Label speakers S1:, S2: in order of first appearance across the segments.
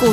S1: 股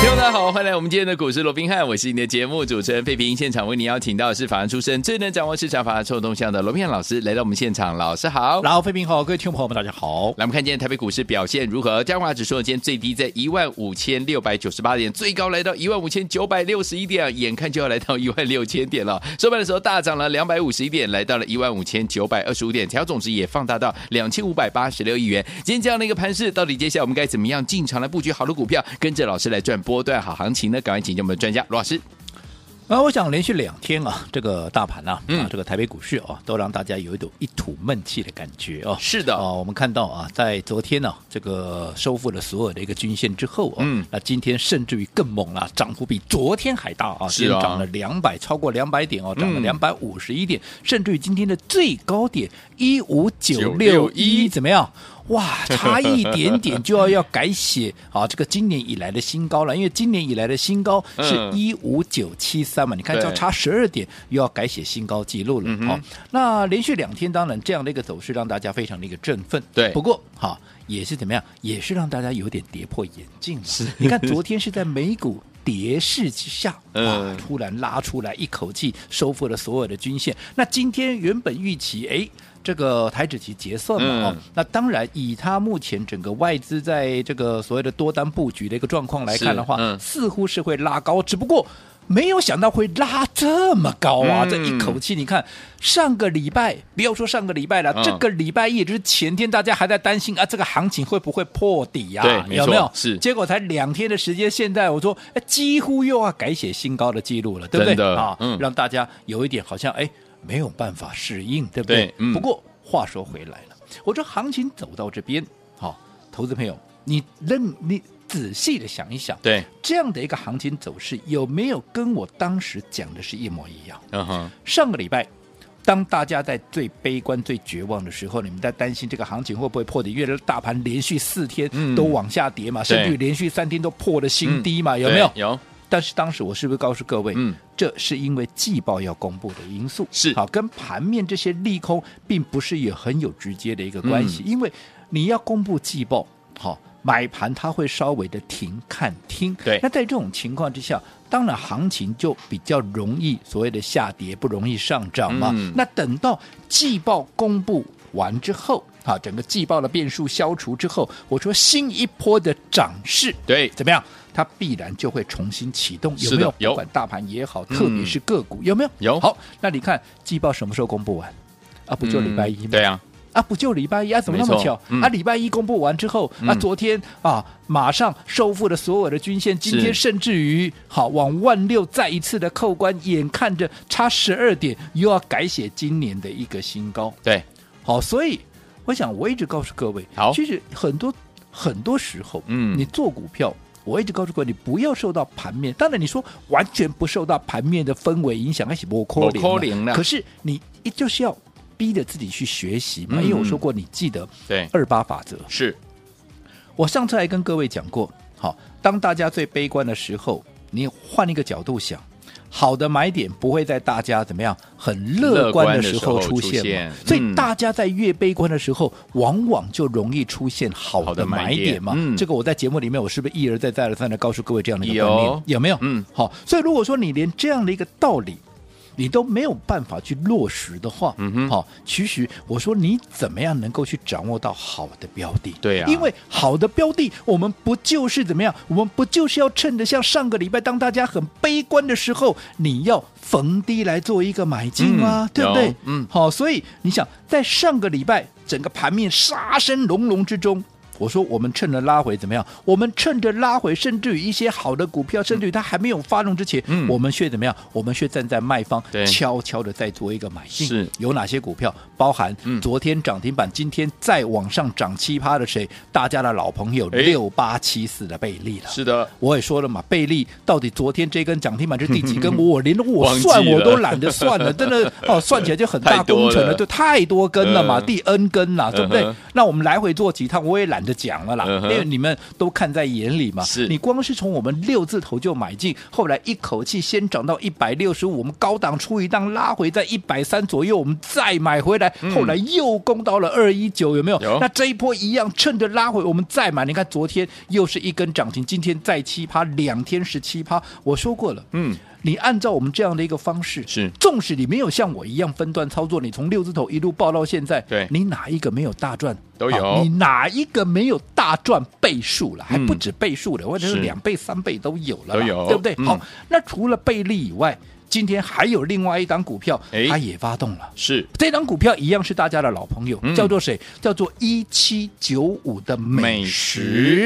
S2: 听众大家好，欢迎来我们今天的股市罗宾汉，我是你的节目主持人费平。现场为您邀请到的是法案出身、最能掌握市场法案臭动向的罗宾汉老师来到我们现场，老师好。
S3: 然后，飞平好，各位听众朋友们，大家好。
S2: 来，我们看今天台北股市表现如何？加权指数呢今天最低在一万五千六百九十八点，最高来到一万五千九百六十一点，眼看就要来到一万六千点了。收盘的时候大涨了两百五十一点，来到了一万五千九百二十五点，调总值也放大到两千五百八十六亿元。今天这样的一个盘势，到底接下来我们该怎么样进场来布局好的股票，跟着老师来赚波段好行情呢？赶快请教我们的专家罗老师。
S3: 啊，我想连续两天啊，这个大盘啊，
S2: 嗯
S3: 啊这个台北股市啊，都让大家有一种一吐闷气的感觉哦。
S2: 是的
S3: 啊，我们看到啊，在昨天呢、这个收复了所有的一个均线之后啊，
S2: 嗯
S3: 那今天甚至于更猛了，涨幅比昨天还大啊，
S2: 是啊
S3: 今天涨了两百，超过两百点哦，涨了
S2: 嗯
S3: 两百五十一点，甚至于今天的最高点一五九六
S2: 961
S3: 一，怎么样？哇，差一点点就要要改写啊，这个今年以来的新高了，因为今年以来的新高是
S2: 嗯
S3: 一五九七三嘛，你看。看
S2: 对
S3: 交叉十二点又要改写新高纪录了。好、
S2: 嗯哼
S3: 那连续两天，当然这样的一个走势让大家非常的一个振奋。
S2: 对
S3: 不过哈、也是怎么样，也是让大家有点跌破眼镜了。是，你看昨天是在美股。跌势之下，哇！
S2: 嗯
S3: 突然拉出来，一口气收复了所有的均线。那今天原本预期，哎，这个台指期结算嘛，哦
S2: 嗯，
S3: 那当然以它目前整个外资在这个所谓的多单布局的一个状况来看的话，
S2: 是嗯
S3: 似乎是会拉高，只不过没有想到会拉这么高啊！
S2: 嗯
S3: 这一口气，你看上个礼拜，不要说上个礼拜了，
S2: 嗯
S3: 这个礼拜一，也就是前天，大家还在担心啊，这个行情会不会破底呀、
S2: 对
S3: 啊？
S2: 没错
S3: 有没有？
S2: 是
S3: 结果才两天的时间，现在我说，哎，几乎又要改写新高的记录了，对不
S2: 真
S3: 对
S2: 的
S3: 啊？
S2: 嗯
S3: 让大家有一点好像哎没有办法适应，对不对？
S2: 对嗯
S3: 不过话说回来了，我说行情走到这边，好、投资朋友，你认你仔细的想一想，
S2: 对，
S3: 这样的一个行情走势有没有跟我当时讲的是一模一样？
S2: 嗯哼，
S3: 上个礼拜，当大家在最悲观、最绝望的时候，你们在担心这个行情会不会破底，因为大盘连续四天
S2: 嗯
S3: 都往下跌嘛，甚至于连续三天都破了新低嘛，有没有？
S2: 对嗯有，
S3: 但是当时我是不是告诉各位，
S2: 嗯
S3: 这是因为季报要公布的因素，
S2: 是
S3: 好跟盘面这些利空并不是也很有直接的一个关
S2: 嗯
S3: 系，因为你要公布季报，好买盘它会稍微的停看听，
S2: 对
S3: 那在这种情况之下。当然，行情就比较容易所谓的下跌，不容易上涨嘛。
S2: 嗯
S3: 那等到季报公布完之后，啊，整个季报的变数消除之后，我说新一波的涨势
S2: 对，
S3: 怎么样？它必然就会重新启动，有
S2: 是
S3: 没
S2: 的
S3: 有？
S2: 有
S3: 不管大盘也好，
S2: 嗯
S3: 特别是个股，有没有？
S2: 有
S3: 好，那你看季报什么时候公布完？啊，不就礼拜一吗？
S2: 嗯对啊，
S3: 啊，不就礼拜一啊？怎么那么
S2: 没错
S3: 巧？
S2: 嗯
S3: 啊，礼拜一公布完之后，啊，
S2: 嗯
S3: 昨天啊，马上收复了所有的均线，今天甚至于好往万六再一次的扣关，眼看着差十二点又要改写今年的一个新高。
S2: 对，
S3: 好，所以我想我一直告诉各位，
S2: 好
S3: 其实很多很多时候，
S2: 嗯
S3: 你做股票。我一直告诉各位，你不要受到盘面。当然，你说完全不受到盘面的氛围影响，那是不可能
S2: 不
S3: 啊
S2: 可能啦
S3: 可是你一就是要逼着自己去学习嘛，
S2: 嗯
S3: 因为我说过，你记得
S2: 对
S3: 二八法则。
S2: 是，
S3: 我上次还跟各位讲过，好，当大家最悲观的时候，你换一个角度想，好的买点不会在大家怎么样很乐观的时候
S2: 乐观的时候
S3: 出现
S2: 出
S3: 嘛
S2: 现嗯
S3: 所以大家在越悲观的时候，往往就容易出现好的买点嘛。
S2: 好的买点嗯
S3: 这个我在节目里面，我是不是一而再再而三的告诉各位这样的一个
S2: 有
S3: 观念？有没有？
S2: 嗯，
S3: 好，所以如果说你连这样的一个道理。你都没有办法去落实的话，
S2: 嗯哼
S3: 好、其实我说你怎么样能够去掌握到好的标的？
S2: 对啊
S3: 因为好的标的，我们不就是怎么样？我们不就是要趁着像上个礼拜，当大家很悲观的时候，你要逢低来做一个买进吗？
S2: 嗯
S3: 对不
S2: 有
S3: 对？
S2: 嗯
S3: 好，所以你想，在上个礼拜整个盘面杀声隆隆之中，我说我们趁着拉回怎么样？我们趁着拉回，甚至于一些好的股票，甚至于它还没有发动之前，
S2: 嗯
S3: 我们却怎么样？我们却站在卖方
S2: 对，
S3: 悄悄的在做一个买进。
S2: 是
S3: 有哪些股票？包含
S2: 嗯
S3: 昨天涨停板，今天再往上涨七趴的谁？大家的老朋友
S2: 哎
S3: 六八七四的贝利了。
S2: 是的，
S3: 我也说了嘛，贝利到底昨天这根涨停板是第几 根？我连我
S2: 忘记
S3: 算我
S2: 了
S3: 都懒得算了，真的哦，算起来就很大
S2: 太多
S3: 工程了，
S2: 了
S3: 就太多根了嘛，
S2: 嗯
S3: 第 N 根啦，对不对
S2: 嗯哼？
S3: 那我们来回做几趟，我也懒得讲了啦，
S2: 嗯
S3: 因
S2: 哼
S3: 为你们都看在眼里嘛。
S2: 是
S3: 你光是从我们六字头就买进，后来一口气先涨到一百六十五，我们高档出一档，拉回在一百三左右，我们再买回来，后来又攻到了二一九，有没有？
S2: 嗯有
S3: 那这一波一样，趁着拉回我们再买。你看昨天又是一根涨停，今天再七趴，两天十七趴。我说过了，
S2: 嗯，
S3: 你按照我们这样的一个方式，
S2: 是
S3: 纵使你没有像我一样分段操作，你从六字头一路报到现在，
S2: 对
S3: 你哪一个没有大赚？
S2: 都有
S3: 好你哪一个没有大赚倍数了？还
S2: 嗯
S3: 不止倍数了，或者
S2: 是
S3: 是两倍、三倍都有了啦，
S2: 都有
S3: 对不对？
S2: 嗯
S3: 好，那除了倍利以外，今天还有另外一档股票
S2: 哎，
S3: 它也发动了。
S2: 是
S3: 这张股票一样是大家的老朋友，
S2: 嗯
S3: 叫做谁？叫做一七九五的美
S2: 美
S3: 食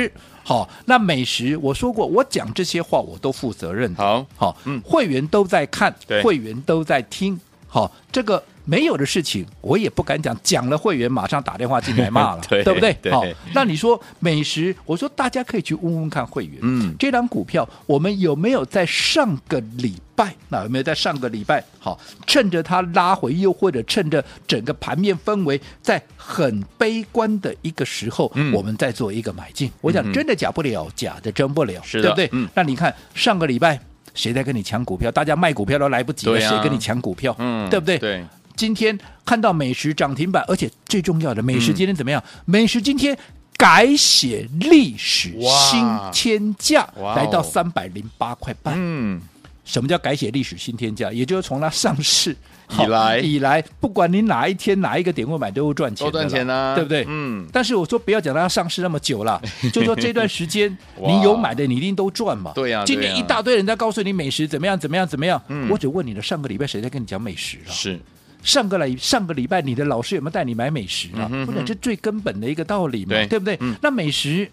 S2: 食。
S3: 好，那美食，我说过，我讲这些话我都负责任的。
S2: 好
S3: 好，
S2: 嗯
S3: 会员都在看
S2: 对，
S3: 会员都在听。好，这个没有的事情我也不敢讲，讲了会员马上打电话进来骂了
S2: ，对
S3: 不对？
S2: 对
S3: 好，那你说美食，我说大家可以去问问看会员，
S2: 嗯
S3: 这张股票我们有没有在上个礼拜？那有没有在上个礼拜？好，趁着它拉回，又或者趁着整个盘面氛围在很悲观的一个时候，
S2: 嗯
S3: 我们再做一个买进。
S2: 嗯
S3: 我想
S2: 哼
S3: 真的假不了，假的真不了，
S2: 是
S3: 对
S2: 的
S3: 不对？
S2: 嗯
S3: 那你看上个礼拜谁在跟你抢股票？大家卖股票都来不及了，
S2: 对啊
S3: 谁跟你抢股票？
S2: 嗯
S3: 对不对？
S2: 对，
S3: 今天看到美食涨停板，而且最重要的，美
S2: 嗯
S3: 食今天怎么样？美食今天改写历史新
S2: 哇
S3: 天价，
S2: 哇哦
S3: 来到三百零八块半。
S2: 嗯，
S3: 什么叫改写历史新天价？也就是从它上市
S2: 以来
S3: 好以来，不管你哪一天哪一个点位买，都会赚钱
S2: 都
S3: 的啦，
S2: 赚钱啦，
S3: 对不对？
S2: 嗯，
S3: 但是我说不要讲它上市那么久 了，就说这段时间
S2: 哇
S3: 你有买的，你一定都赚嘛。
S2: 对呀
S3: 今
S2: 对
S3: 天
S2: 呀
S3: 一大堆人在告诉你美食怎么样怎么样怎么样，
S2: 嗯
S3: 我只问你了，上个礼拜谁在跟你讲美食啊？
S2: 是
S3: 上个礼上个礼拜你的老师有没有带你买美食啊？
S2: 嗯哼
S3: 不然这最根本的一个道理嘛，
S2: 对
S3: 不对？
S2: 嗯
S3: 那美食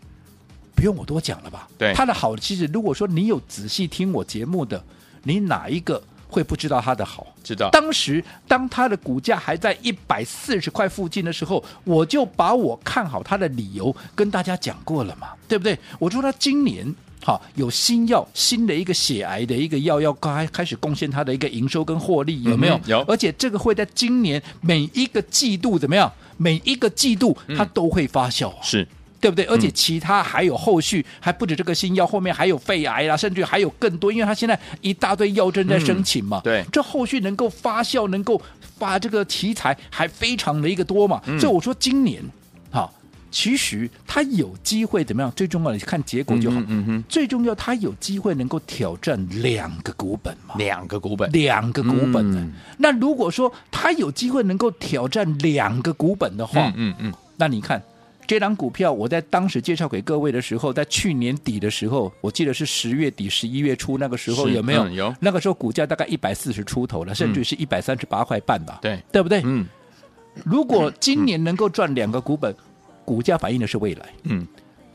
S3: 不用我多讲了吧？
S2: 对
S3: 它的好，其实如果说你有仔细听我节目的，你哪一个会不知道它的好？
S2: 知道，
S3: 当时当它的股价还在一百四十块附近的时候，我就把我看好它的理由跟大家讲过了嘛，对不对？我说它今年。好，有新药，新的一个血癌的一个药要开开始贡献它的一个营收跟获利，有没有
S2: 嗯？有
S3: 而且这个会在今年每一个季度怎么样？每一个季度
S2: 嗯
S3: 它都会发酵啊。
S2: 是
S3: 对不对？
S2: 嗯
S3: 而且其他还有后续，还不止这个新药，后面还有肺癌啦，甚至还有更多，因为它现在一大堆药证在申请嘛。
S2: 嗯对
S3: 这后续能够发酵，能够发这个题材还非常的一个多嘛。
S2: 嗯
S3: 所以我说今年，哈，其实它有机会怎么样？最重要的看结果就好。
S2: 嗯嗯哼，
S3: 最重要，它有机会能够挑战两个股本嘛。
S2: 两个股本，
S3: 两个股本、
S2: 嗯
S3: 那如果说它有机会能够挑战两个股本的话，
S2: 嗯嗯嗯，
S3: 那你看这档股票，我在当时介绍给各位的时候，在去年底的时候，我记得是十月底、十一月初那个时候，
S2: 是
S3: 有没有？
S2: 嗯有嗯
S3: 那个时候股价大概一百四十出头了，甚至是一百三十八块半吧。
S2: 对，
S3: 对不对？
S2: 嗯
S3: 如果今年能够赚两个股本，股价反映的是未来。
S2: 嗯，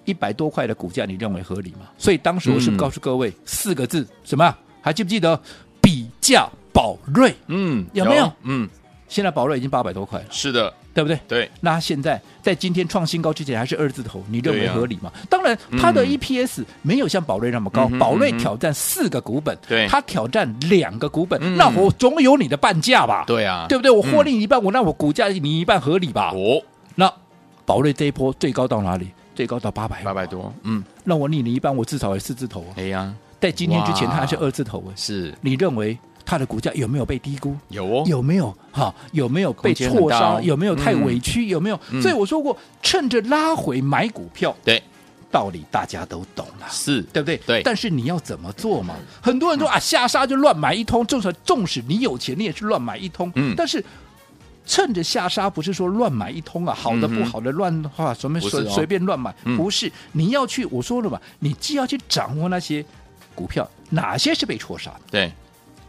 S3: 一百多块的股价，你认为合理吗？所以当时我是
S2: 嗯
S3: 不是告诉各位、四个字，什么？还记不记得？比价宝瑞。
S2: 嗯，
S3: 有没有？
S2: 嗯，
S3: 现在宝瑞已经八百多块了，
S2: 是的，
S3: 对不对？
S2: 对，
S3: 那它现在在今天创新高之前还是二字头，你认
S2: 对
S3: 为
S2: 呀
S3: 合理吗？当然，它的
S2: 嗯
S3: EPS 没有像宝瑞那么高，
S2: 嗯哼
S3: 宝瑞
S2: 嗯哼
S3: 挑战四个股本，
S2: 对
S3: 它挑战两个股本，
S2: 嗯
S3: 那我总有你的半价吧？、
S2: 对啊，
S3: 对不对？我获利一半，我那我股价你一半合理吧？
S2: 哦，
S3: 那宝瑞这一波最高到哪里？最高到八百，
S2: 八百，多，嗯，
S3: 那我你你一半，我至少也四字头啊，
S2: 哎呀，
S3: 在今天之前
S2: 哇
S3: 它还是二字头哎，
S2: 是
S3: 你认为它的股价有没有被低估？
S2: 有哦，
S3: 有没有哈？有没有被
S2: 空间很
S3: 挫
S2: 大哦
S3: 伤？有没有太
S2: 嗯
S3: 委屈？有没有？
S2: 嗯
S3: 所以我说过，趁着拉回买股票，
S2: 对，
S3: 道理大家都懂了。
S2: 是，
S3: 对不对？
S2: 对嗯
S3: 但是你要怎么做嘛？很多人说啊，下杀就乱买一通，纵使纵使你有钱，你也是乱买一通。
S2: 嗯
S3: 但是趁着下杀，不是说乱买一通啊，好的
S2: 嗯哼
S3: 不好的乱话，什么
S2: 不是
S3: 随
S2: 哦
S3: 随便乱买，
S2: 嗯
S3: 不是。你要去，我说了嘛，你既要去掌握那些股票，哪些是被错杀的，
S2: 对，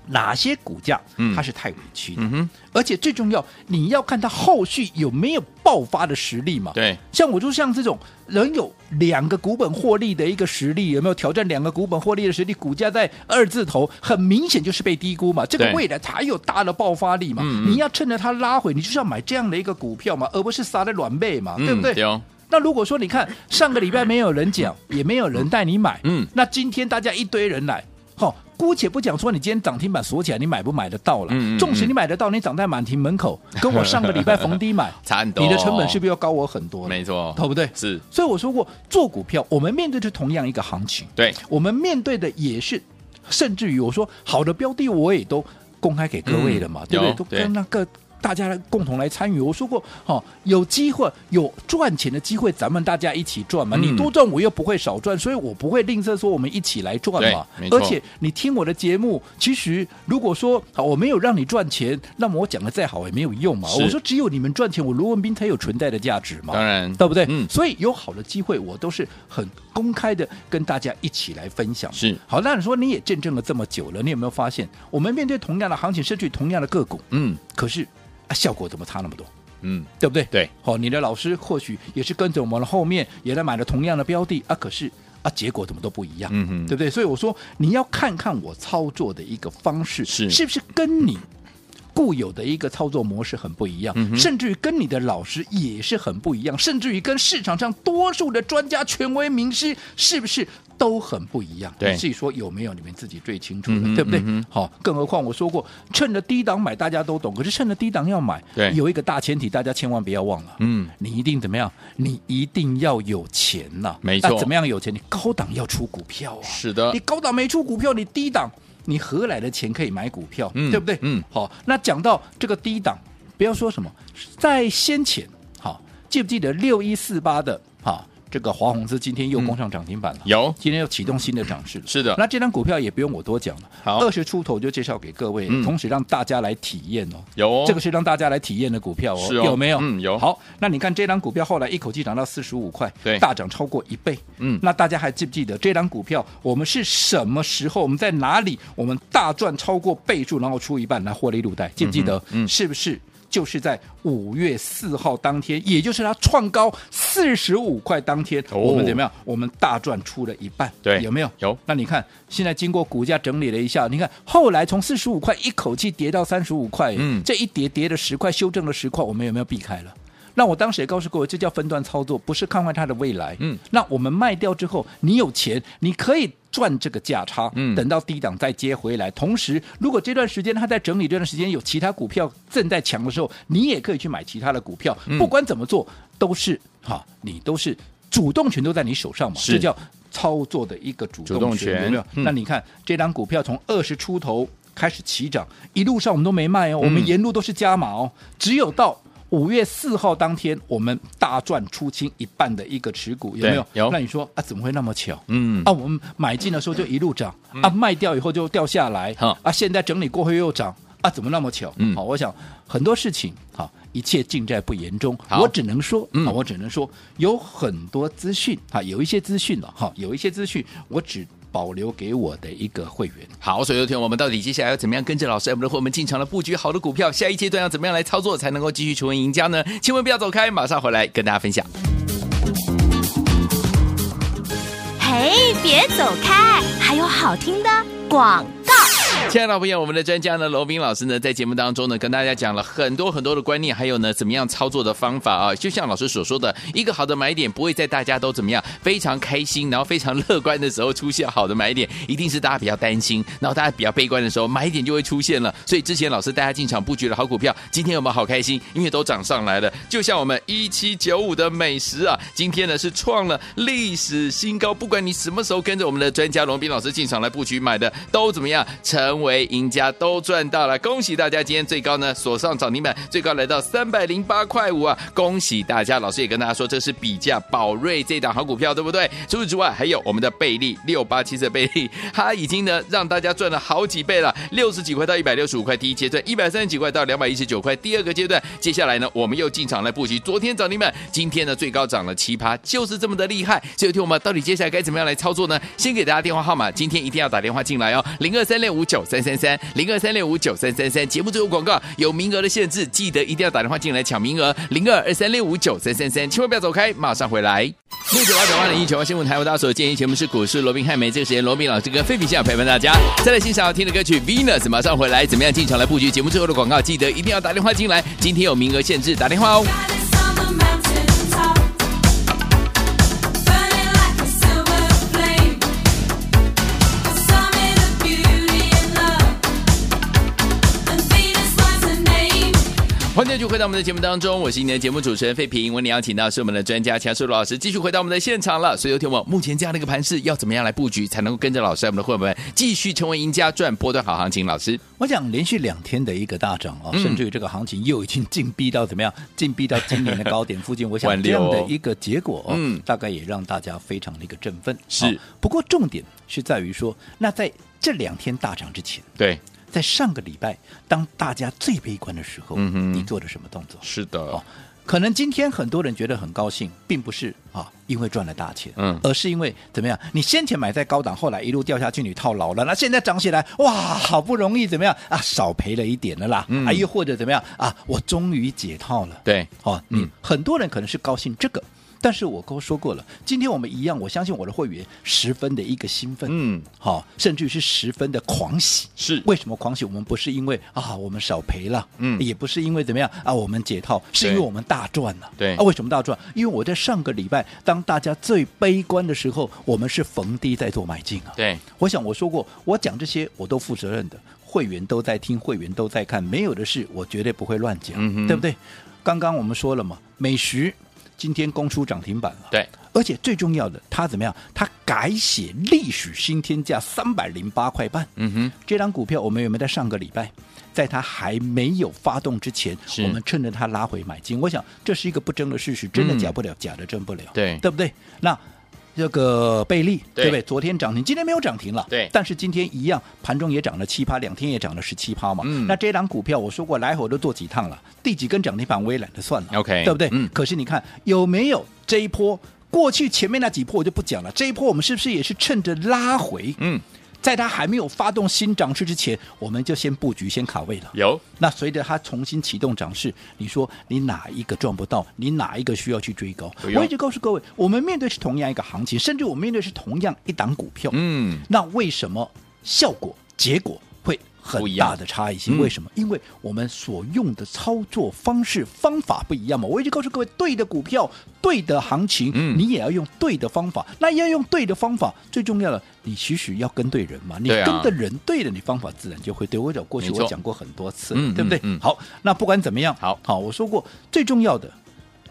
S3: 哪些股价
S2: 嗯
S3: 它是太委屈的，
S2: 嗯哼，
S3: 而且最重要，你要看它后续有没有爆发的实力嘛。
S2: 对，
S3: 像我就像这种能有两个股本获利的一个实力，有没有挑战两个股本获利的实力？股价在二字头，很明显就是被低估嘛。这个
S2: 对
S3: 未来才有大的爆发力嘛。
S2: 嗯嗯
S3: 你要趁着它拉回，你就是要买这样的一个股票嘛，而不是撒在软妹嘛，
S2: 嗯
S3: 对不对？
S2: 对哦
S3: 那如果说你看上个礼拜没有人讲，也没有人带你买，
S2: 嗯
S3: 那今天大家一堆人来。好、姑且不讲说你今天涨停板锁起来，你买不买得到了
S2: 嗯嗯嗯？，
S3: 纵使你买得到，你涨在满庭门口，跟我上个礼拜逢低买
S2: 差很多，
S3: 你的成本是不是要高我很多？
S2: 没错，
S3: 对不对？
S2: 是，
S3: 所以我说过，做股票我们面对着同样一个行情，
S2: 对，
S3: 我们面对的也是，甚至于我说好的标的我也都公开给各位了嘛，
S2: 嗯
S3: 对不对？
S2: 有
S3: 都
S2: 对
S3: 跟那个。大家来共同来参与，我说过，哦，有机会有赚钱的机会，咱们大家一起赚嘛。
S2: 嗯
S3: 你多赚，我又不会少赚，所以我不会吝啬说我们一起来赚嘛
S2: 对没。错
S3: 而且你听我的节目，其实如果说好我没有让你赚钱，那么我讲的再好也没有用嘛。
S2: 是
S3: 我说只有你们赚钱，我罗文斌才有存在的价值嘛。
S2: 当然，
S3: 对不对？
S2: 嗯
S3: 所以有好的机会，我都是很公开的跟大家一起来分享。
S2: 是
S3: 好，那你说你也见证了这么久了，你有没有发现，我们面对同样的行情，甚至于同样的个股，
S2: 嗯
S3: 可是、啊、效果怎么差那么多？
S2: 嗯，
S3: 对不对？
S2: 对，
S3: 好、哦你的老师或许也是跟着我们的后面，也来买了同样的标的啊，可是啊，结果怎么都不一样，
S2: 嗯哼
S3: 对不对？所以我说，你要看看我操作的一个方式
S2: 是
S3: 不是跟你。固有的一个操作模式很不一样，
S2: 嗯
S3: 甚至于跟你的老师也是很不一样，甚至于跟市场上多数的专家、权威名师是不是都很不一样？
S2: 对
S3: 你自己说有没有？你们自己最清楚
S2: 嗯
S3: 了，
S2: 哼
S3: 对不对
S2: 嗯哼？
S3: 好、更何况我说过，趁着低档买大家都懂，可是趁着低档要买，
S2: 对
S3: 有一个大前提，大家千万不要忘了，
S2: 嗯，
S3: 你一定怎么样？你一定要有钱呐、
S2: 没错
S3: 那怎么样有钱？你高档要出股票啊，
S2: 是的
S3: 你，高档没出股票，你低档你何来的钱可以买股票？
S2: 嗯
S3: 对不对？
S2: 嗯，
S3: 好，那讲到这个低档，不要说什么，在先前，好，记不记得六一四八的啊？这个华宏资今天又攻上涨停板了，
S2: 嗯有，
S3: 今天又启动新的涨势了。
S2: 是的
S3: 那这张股票也不用我多讲了，
S2: 好
S3: 二十出头就介绍给各位，
S2: 嗯
S3: 同时让大家来体验哦。
S2: 有哦
S3: 这个是让大家来体验的股票哦，
S2: 是哦
S3: 有没有？
S2: 嗯有
S3: 好，那你看这张股票后来一口气涨到四十五块，
S2: 对
S3: 大涨超过一倍。
S2: 嗯
S3: 那大家还记不记得这张股票我们是什么时候，我们在哪里，我们大赚超过倍数，然后出一半来获利入袋，记不记得？
S2: 嗯
S3: 是不是？就是在五月四号当天，也就是它创高四十五块当天，
S2: 哦
S3: 我们怎么样？我们大赚出了一半，
S2: 对
S3: 有没有？
S2: 有
S3: 那你看，现在经过股价整理了一下，你看后来从四十五块一口气跌到三十五块，
S2: 嗯
S3: 这一跌跌了十块，修正了十块，我们有没有避开了？那我当时也告诉过，这叫分段操作，不是看坏它的未来。
S2: 嗯，
S3: 那我们卖掉之后，你有钱，你可以赚这个价差。
S2: 嗯
S3: 等到低档再接回来。同时，如果这段时间它在整理，这段时间有其他股票正在强的时候，你也可以去买其他的股票。
S2: 嗯
S3: 不管怎么做，都是哈，你都是主动权都在你手上嘛，
S2: 是
S3: 这叫操作的一个主
S2: 主动
S3: 动权，
S2: 权
S3: 有没有？
S2: 嗯
S3: 那你看这张股票从二十出头开始起涨，一路上我们都没卖
S2: 嗯
S3: 哦，我们沿路都是加码哦，只有到。五月四号当天，我们大赚出清一半的一个持股，有没有？
S2: 对有
S3: 那你说啊，怎么会那么巧？
S2: 嗯
S3: 啊，我们买进的时候就一路涨，啊，卖掉以后就掉下来
S2: 好，
S3: 啊，现在整理过后又涨，啊，怎么那么巧？
S2: 嗯
S3: 好，我想很多事情，好，一切尽在不言中。
S2: 好
S3: 我只能说，
S2: 嗯
S3: 啊，我只能说有很多资讯啊，有一些资讯了哈，有一些资讯我只保留给我的一个会员。
S2: 好，所以有听我们到底接下来要怎么样跟着老师，我们的伙伴们进场了布局好的股票，下一阶段要怎么样来操作才能够继续成为赢家呢？千万不要走开，马上回来跟大家分享。
S1: 嘿，别走开，还有好听的广告。
S2: 亲爱的朋友，我们的专家呢，罗斌老师呢，在节目当中呢，跟大家讲了很多很多的观念，还有呢，怎么样操作的方法啊。就像老师所说的，一个好的买点不会在大家都怎么样非常开心，然后非常乐观的时候出现好的买点，一定是大家比较担心，然后大家比较悲观的时候，买点就会出现了。所以之前老师带大家进场布局的好股票，今天我们好开心，因为都涨上来了。就像我们一七九五的美食啊，今天呢是创了历史新高。不管你什么时候跟着我们的专家罗斌老师进场来布局买的，都怎么样成为赢家，都赚到了。恭喜大家，今天最高呢锁上涨停板，最高来到三百零八块五啊！恭喜大家，老师也跟大家说，这是比价宝瑞这档好股票，对不对？除此之外，还有我们的贝利六八七的贝利，它已经呢让大家赚了好几倍了，六十几块到一百六十五块第一阶段，一百三十几块到两百一十九块第二个阶段。接下来呢，我们又进场来布局，昨天涨停板，今天呢最高涨了七趴，就是这么的厉害。所以，听我们到底接下来该怎么样来操作呢？先给大家电话号码，今天一定要打电话进来哦，零二三六五九三三三，零二三六五九三三三。节目最后广告有名额的限制，记得一定要打电话进来抢名额，零二二三六五九三三三，千万不要走开，马上回来。六九八九八零一九八新闻台，我大家所建议节目是股市罗宾汉梅，这个时间罗宾老师跟费皮相陪伴大家。再来欣赏好听的歌曲 Venus，马上回来，怎么样进场来布局？节目最后的广告，记得一定要打电话进来，今天有名额限制，打电话哦。欢迎继续回到我们的节目当中，我是你的节目主持人费平。为你邀请到是我们的专家强叔罗老师，继续回到我们的现场了。所以，有听我目前这样的一个盘势，要怎么样来布局，才能够跟着老师，我们的会员们继续成为赢家，赚波段好行情？老师，
S3: 我讲连续两天的一个大涨啊，
S2: 嗯
S3: 甚至于这个行情又已经进逼到怎么样？ 进逼到今年的高点附近，我
S2: 万
S3: 想这
S2: 六
S3: 样
S2: 哦
S3: 的一个结果、哦，
S2: 嗯
S3: 大概也让大家非常的一个振奋。
S2: 是
S3: 好不过重点是在于说，那在这两天大涨之前，
S2: 对，
S3: 在上个礼拜，当大家最悲观的时候，
S2: 嗯哼
S3: 你做了什么动作？
S2: 是的
S3: 哦，可能今天很多人觉得很高兴，并不是啊，因为赚了大钱，
S2: 嗯
S3: 而是因为怎么样？你先前买在高档，后来一路掉下去，你套牢了，那现在涨起来，哇，好不容易怎么样啊，少赔了一点了啦，
S2: 嗯
S3: 啊，又或者怎么样啊，我终于解套了，
S2: 对，
S3: 哦，你、
S2: 嗯
S3: 很多人可能是高兴这个。但是我刚说过了，今天我们一样，我相信我的会员十分的一个兴奋，
S2: 嗯，
S3: 好、甚至于是十分的狂喜，
S2: 是
S3: 为什么狂喜？我们不是因为啊我们少赔了，
S2: 嗯
S3: 也不是因为怎么样啊我们解套，是因为我们大赚了。
S2: 对
S3: 啊，为什么大赚？因为我在上个礼拜当大家最悲观的时候，我们是逢低在做买进啊。
S2: 对，
S3: 我想我说过，我讲这些我都负责任的，会员都在听，会员都在看，没有的事我绝对不会乱讲，
S2: 嗯哼
S3: 对不对？刚刚我们说了嘛，美食今天攻出涨停板了，
S2: 对，
S3: 而且最重要的，它怎么样？它改写历史新天价三百零八块半，
S2: 嗯哼，
S3: 这张股票我们有没有在上个礼拜，在它还没有发动之前
S2: 是，
S3: 我们趁着它拉回买进？我想这是一个不争的事实，真的
S2: 嗯
S3: 假不了，假的真不了，
S2: 对
S3: 对不对？那。这个贝利
S2: 对
S3: 对不对？昨天涨停，今天没有涨停了。
S2: 对
S3: 但是今天一样，盘中也涨了七趴，两天也涨了十七趴嘛。
S2: 嗯
S3: 那这档股票我说过，来回都做几趟了，第几根涨停板我也懒得算了。
S2: OK，
S3: 对不对？
S2: 嗯
S3: 可是你看有没有这一波？过去前面那几波我就不讲了，这一波我们是不是也是趁着拉回？
S2: 嗯，
S3: 在它还没有发动新涨势之前，我们就先布局、先卡位了。
S2: 有，
S3: 那随着它重新启动涨势，你说你哪一个赚不到？你哪一个需要去追高？
S2: 哎呦
S3: 我一直告诉各位，我们面对是同样一个行情，甚至我们面对是同样一档股票。
S2: 嗯，
S3: 那为什么效果、结果会很
S2: 不一样
S3: 大的差异性？
S2: 嗯
S3: 为什么？因为我们所用的操作方式、方法不一样嘛。我一直告诉各位，对的股票、对的行情，
S2: 嗯
S3: 你也要用对的方法。那要用对的方法，最重要的，你其实要跟对人嘛。你
S2: 对啊
S3: 跟的人对了，你方法自然就会对。我讲过去
S2: 没错
S3: 我讲过很多次
S2: 嗯，
S3: 对不对
S2: 嗯嗯？
S3: 好，那不管怎么样，
S2: 好
S3: 好，我说过最重要的，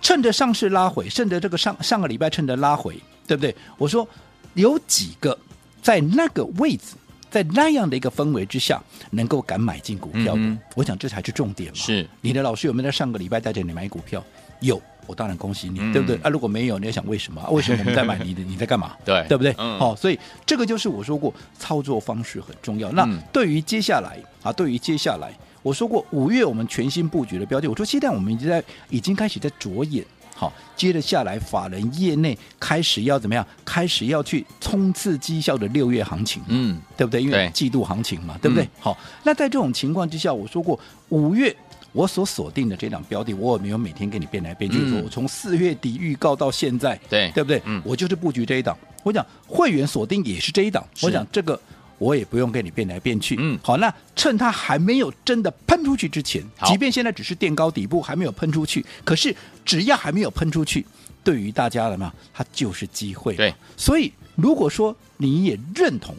S3: 趁着上市拉回，趁着这个上上个礼拜趁着拉回，对不对？我说有几个在那个位置，在那样的一个氛围之下，能够敢买进股票的，
S2: 嗯
S3: 我想这才是重点嘛。
S2: 是
S3: 你的老师有没有在上个礼拜带着你买股票？有。我当然恭喜你，
S2: 嗯
S3: 对不对？啊，如果没有，你要想为 什么？啊为什么我们在买你的？你在干嘛？
S2: 对
S3: 对不对？
S2: 嗯
S3: 好、所以这个就是我说过，操作方式很重要。那
S2: 嗯
S3: 对于接下来啊，对于接下来，我说过五月我们全新布局的标的，我说现在我们已经在已经开始在着眼。好，接着下来，法人业内开始要怎么样？开始要去冲刺绩效的六月行情，
S2: 嗯，
S3: 对不对？因
S2: 对
S3: 为季度行情嘛，对不对？
S2: 嗯
S3: 好，那在这种情况之下，我说过五月。我所锁定的这档标的，我有没有每天给你变来变去？
S2: 嗯
S3: 我从四月底预告到现在，
S2: 对
S3: 对不对？
S2: 嗯
S3: 我就是布局这一档。我讲会员锁定也是这一档。
S2: 是
S3: 我讲这个我也不用跟你变来变去。
S2: 嗯
S3: 好，那趁它还没有真的喷出去之前，
S2: 好
S3: 即便现在只是垫高底部还没有喷出去，可是只要还没有喷出去，对于大家了嘛，它就是机会。
S2: 对，
S3: 所以如果说你也认同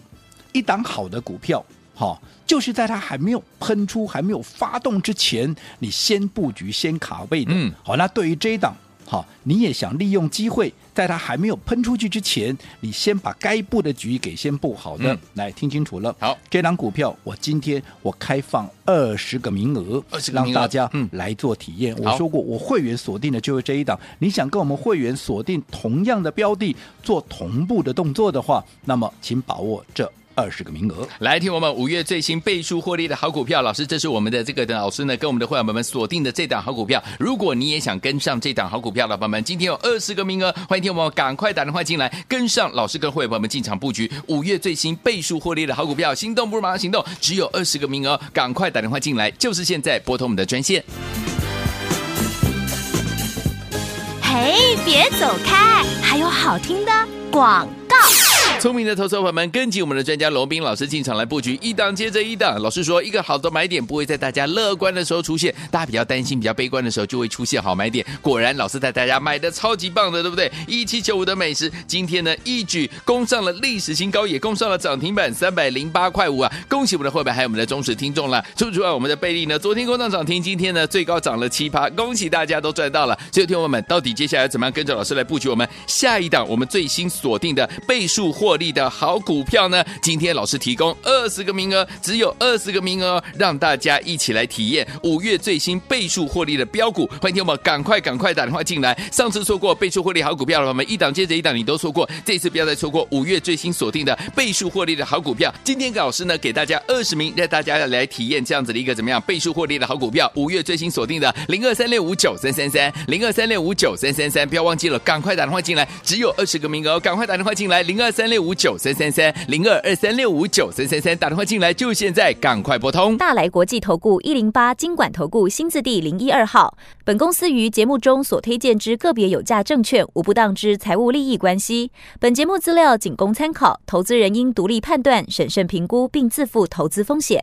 S3: 一档好的股票，好、就是在它还没有喷出、还没有发动之前，你先布局、先卡位的。
S2: 嗯
S3: 好，那对于这一档，好、你也想利用机会，在它还没有喷出去之前，你先把该布的局给先布好的。
S2: 嗯
S3: 来听清楚了，
S2: 好，
S3: 这档股票我今天我开放二十个名额，
S2: 20个名额
S3: 让大家
S2: 嗯
S3: 来做体验。
S2: 好
S3: 我说过，我会员锁定的就是这一档。你想跟我们会员锁定同样的标的做同步的动作的话，那么请把握这。二十个名额。
S2: 来，听我们五月最新倍数获利的好股票，老师，这是我们的这个的老师呢，跟我们的会员朋友们锁定的这档好股票。如果你也想跟上这档好股票的朋友们，今天有二十个名额，欢迎听我们赶快打电话进来，跟上老师跟会员朋友们进场布局五月最新倍数获利的好股票，心动不如马上行动，只有二十个名额，赶快打电话进来，就是现在拨通我们的专线。
S1: 嘿，别走开，还有好听的广告。
S2: 聪明的投资者朋友们，跟紧我们的专家罗斌老师进场来布局，一档接着一档。老师说，一个好的买点不会在大家乐观的时候出现，大家比较担心、比较悲观的时候就会出现好买点。果然，老师带大家买的超级棒的，对不对？一七九五的美食，今天呢一举攻上了历史新高，也攻上了涨停板三百零八块五啊！恭喜我们的会员还有我们的忠实听众啦！除此之外，我们的贝利呢，昨天攻上涨停，今天呢最高涨了七趴，恭喜大家都赚到了。所以，听众朋友们，到底接下来怎么样跟着老师来布局我们下一档我们最新锁定的倍数获利的好股票呢？今天老师提供二十个名额，只有二十个名额，让大家一起来体验五月最新倍数获利的标股。欢迎听我们赶快赶快打电话进来，上次错过倍数获利好股票的朋友们，一档接着一档你都错过，这次不要再错过五月最新锁定的倍数获利的好股票。今天老师呢给大家二十名，让大家来体验这样子的一个怎么样倍数获利的好股票。五月最新锁定的零二三六五九三三三零二三六五九三三三，不要忘记了，赶快打电话进来，只有二十个名额哦，赶快打电话进来零二三六五九三三三零二二三六五九三三三，打电话进来就现在，赶快拨通。
S4: 大来国际投顾一零八金管投顾新字第零一二号。本公司于节目中所推荐之个别有价证券，无不当之财务利益关系。本节目资料仅供参考，投资人应独立判断、审慎评估，并自负投资风险。